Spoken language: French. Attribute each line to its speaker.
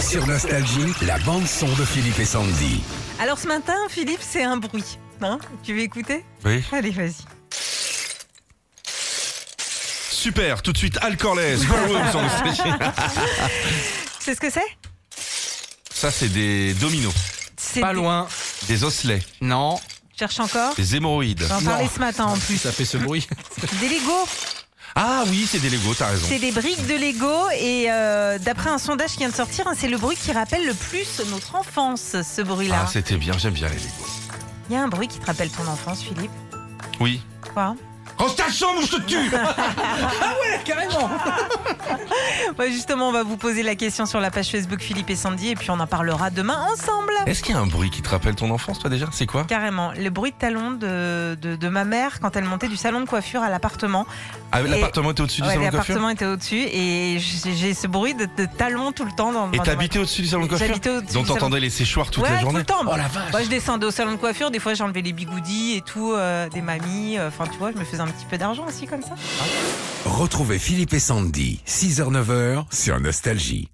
Speaker 1: Sur Nostalgie, la bande-son de Philippe et Sandy.
Speaker 2: Alors ce matin, Philippe, c'est un bruit. Hein tu veux écouter
Speaker 3: Oui.
Speaker 2: Allez, vas-y.
Speaker 3: Super, tout de suite, Al Corlès. Ballroom sur Nostalgie.
Speaker 2: C'est ce que c'est
Speaker 3: Ça, c'est des dominos,
Speaker 2: C'est
Speaker 4: Pas
Speaker 2: des-
Speaker 4: loin.
Speaker 3: des osselets,
Speaker 4: Non.
Speaker 2: Cherche encore.
Speaker 3: des hémorroïdes.
Speaker 2: J'en parlais ce matin en plus.
Speaker 4: Ça fait ce bruit.
Speaker 2: Des Lego.
Speaker 3: Ah oui, c'est des Lego, t'as raison.
Speaker 2: C'est des briques de Lego. Et euh, d'après un sondage qui vient de sortir, hein, c'est le bruit qui rappelle le plus notre enfance, ce bruit-là.
Speaker 3: Ah, c'était bien, j'aime bien les Lego.
Speaker 2: Il y a un bruit qui te rappelle ton enfance, Philippe.
Speaker 3: Oui.
Speaker 2: Quoi
Speaker 3: Reste ta chambre, je te tue
Speaker 4: Carrément.
Speaker 2: Ouais, Bah, Justement, on va vous poser la question sur la page Facebook Philippe et Sandy. Et puis on en parlera demain ensemble.
Speaker 3: Est-ce qu'il y a un bruit qui te rappelle ton enfance, toi déjà C'est quoi
Speaker 2: Carrément, le bruit de talons de, de, de ma mère quand elle montait du salon de coiffure à l'appartement.
Speaker 3: ah,
Speaker 2: Et-
Speaker 3: L'appartement était au-dessus
Speaker 2: Ouais,
Speaker 3: du salon de coiffure
Speaker 2: L'appartement était au-dessus et j'ai j'ai ce bruit de, de talons tout le temps dans
Speaker 3: Et
Speaker 2: dans-
Speaker 3: t'habitais au-dessus du salon de coiffure
Speaker 2: J'habitais au-dessus
Speaker 3: Dont
Speaker 2: du salon.
Speaker 3: t'entendais les séchoirs toute
Speaker 2: ouais,
Speaker 3: la journée
Speaker 2: tout le temps.
Speaker 4: Oh la vache.
Speaker 2: Moi, je descendais au salon de coiffure, des fois j'enlevais les bigoudis et tout, euh, des mamies. Enfin, tu vois, je me faisais un petit peu d'argent aussi comme ça.
Speaker 1: Retrouvez Philippe et Sandy, 6h-9h, sur Nostalgie.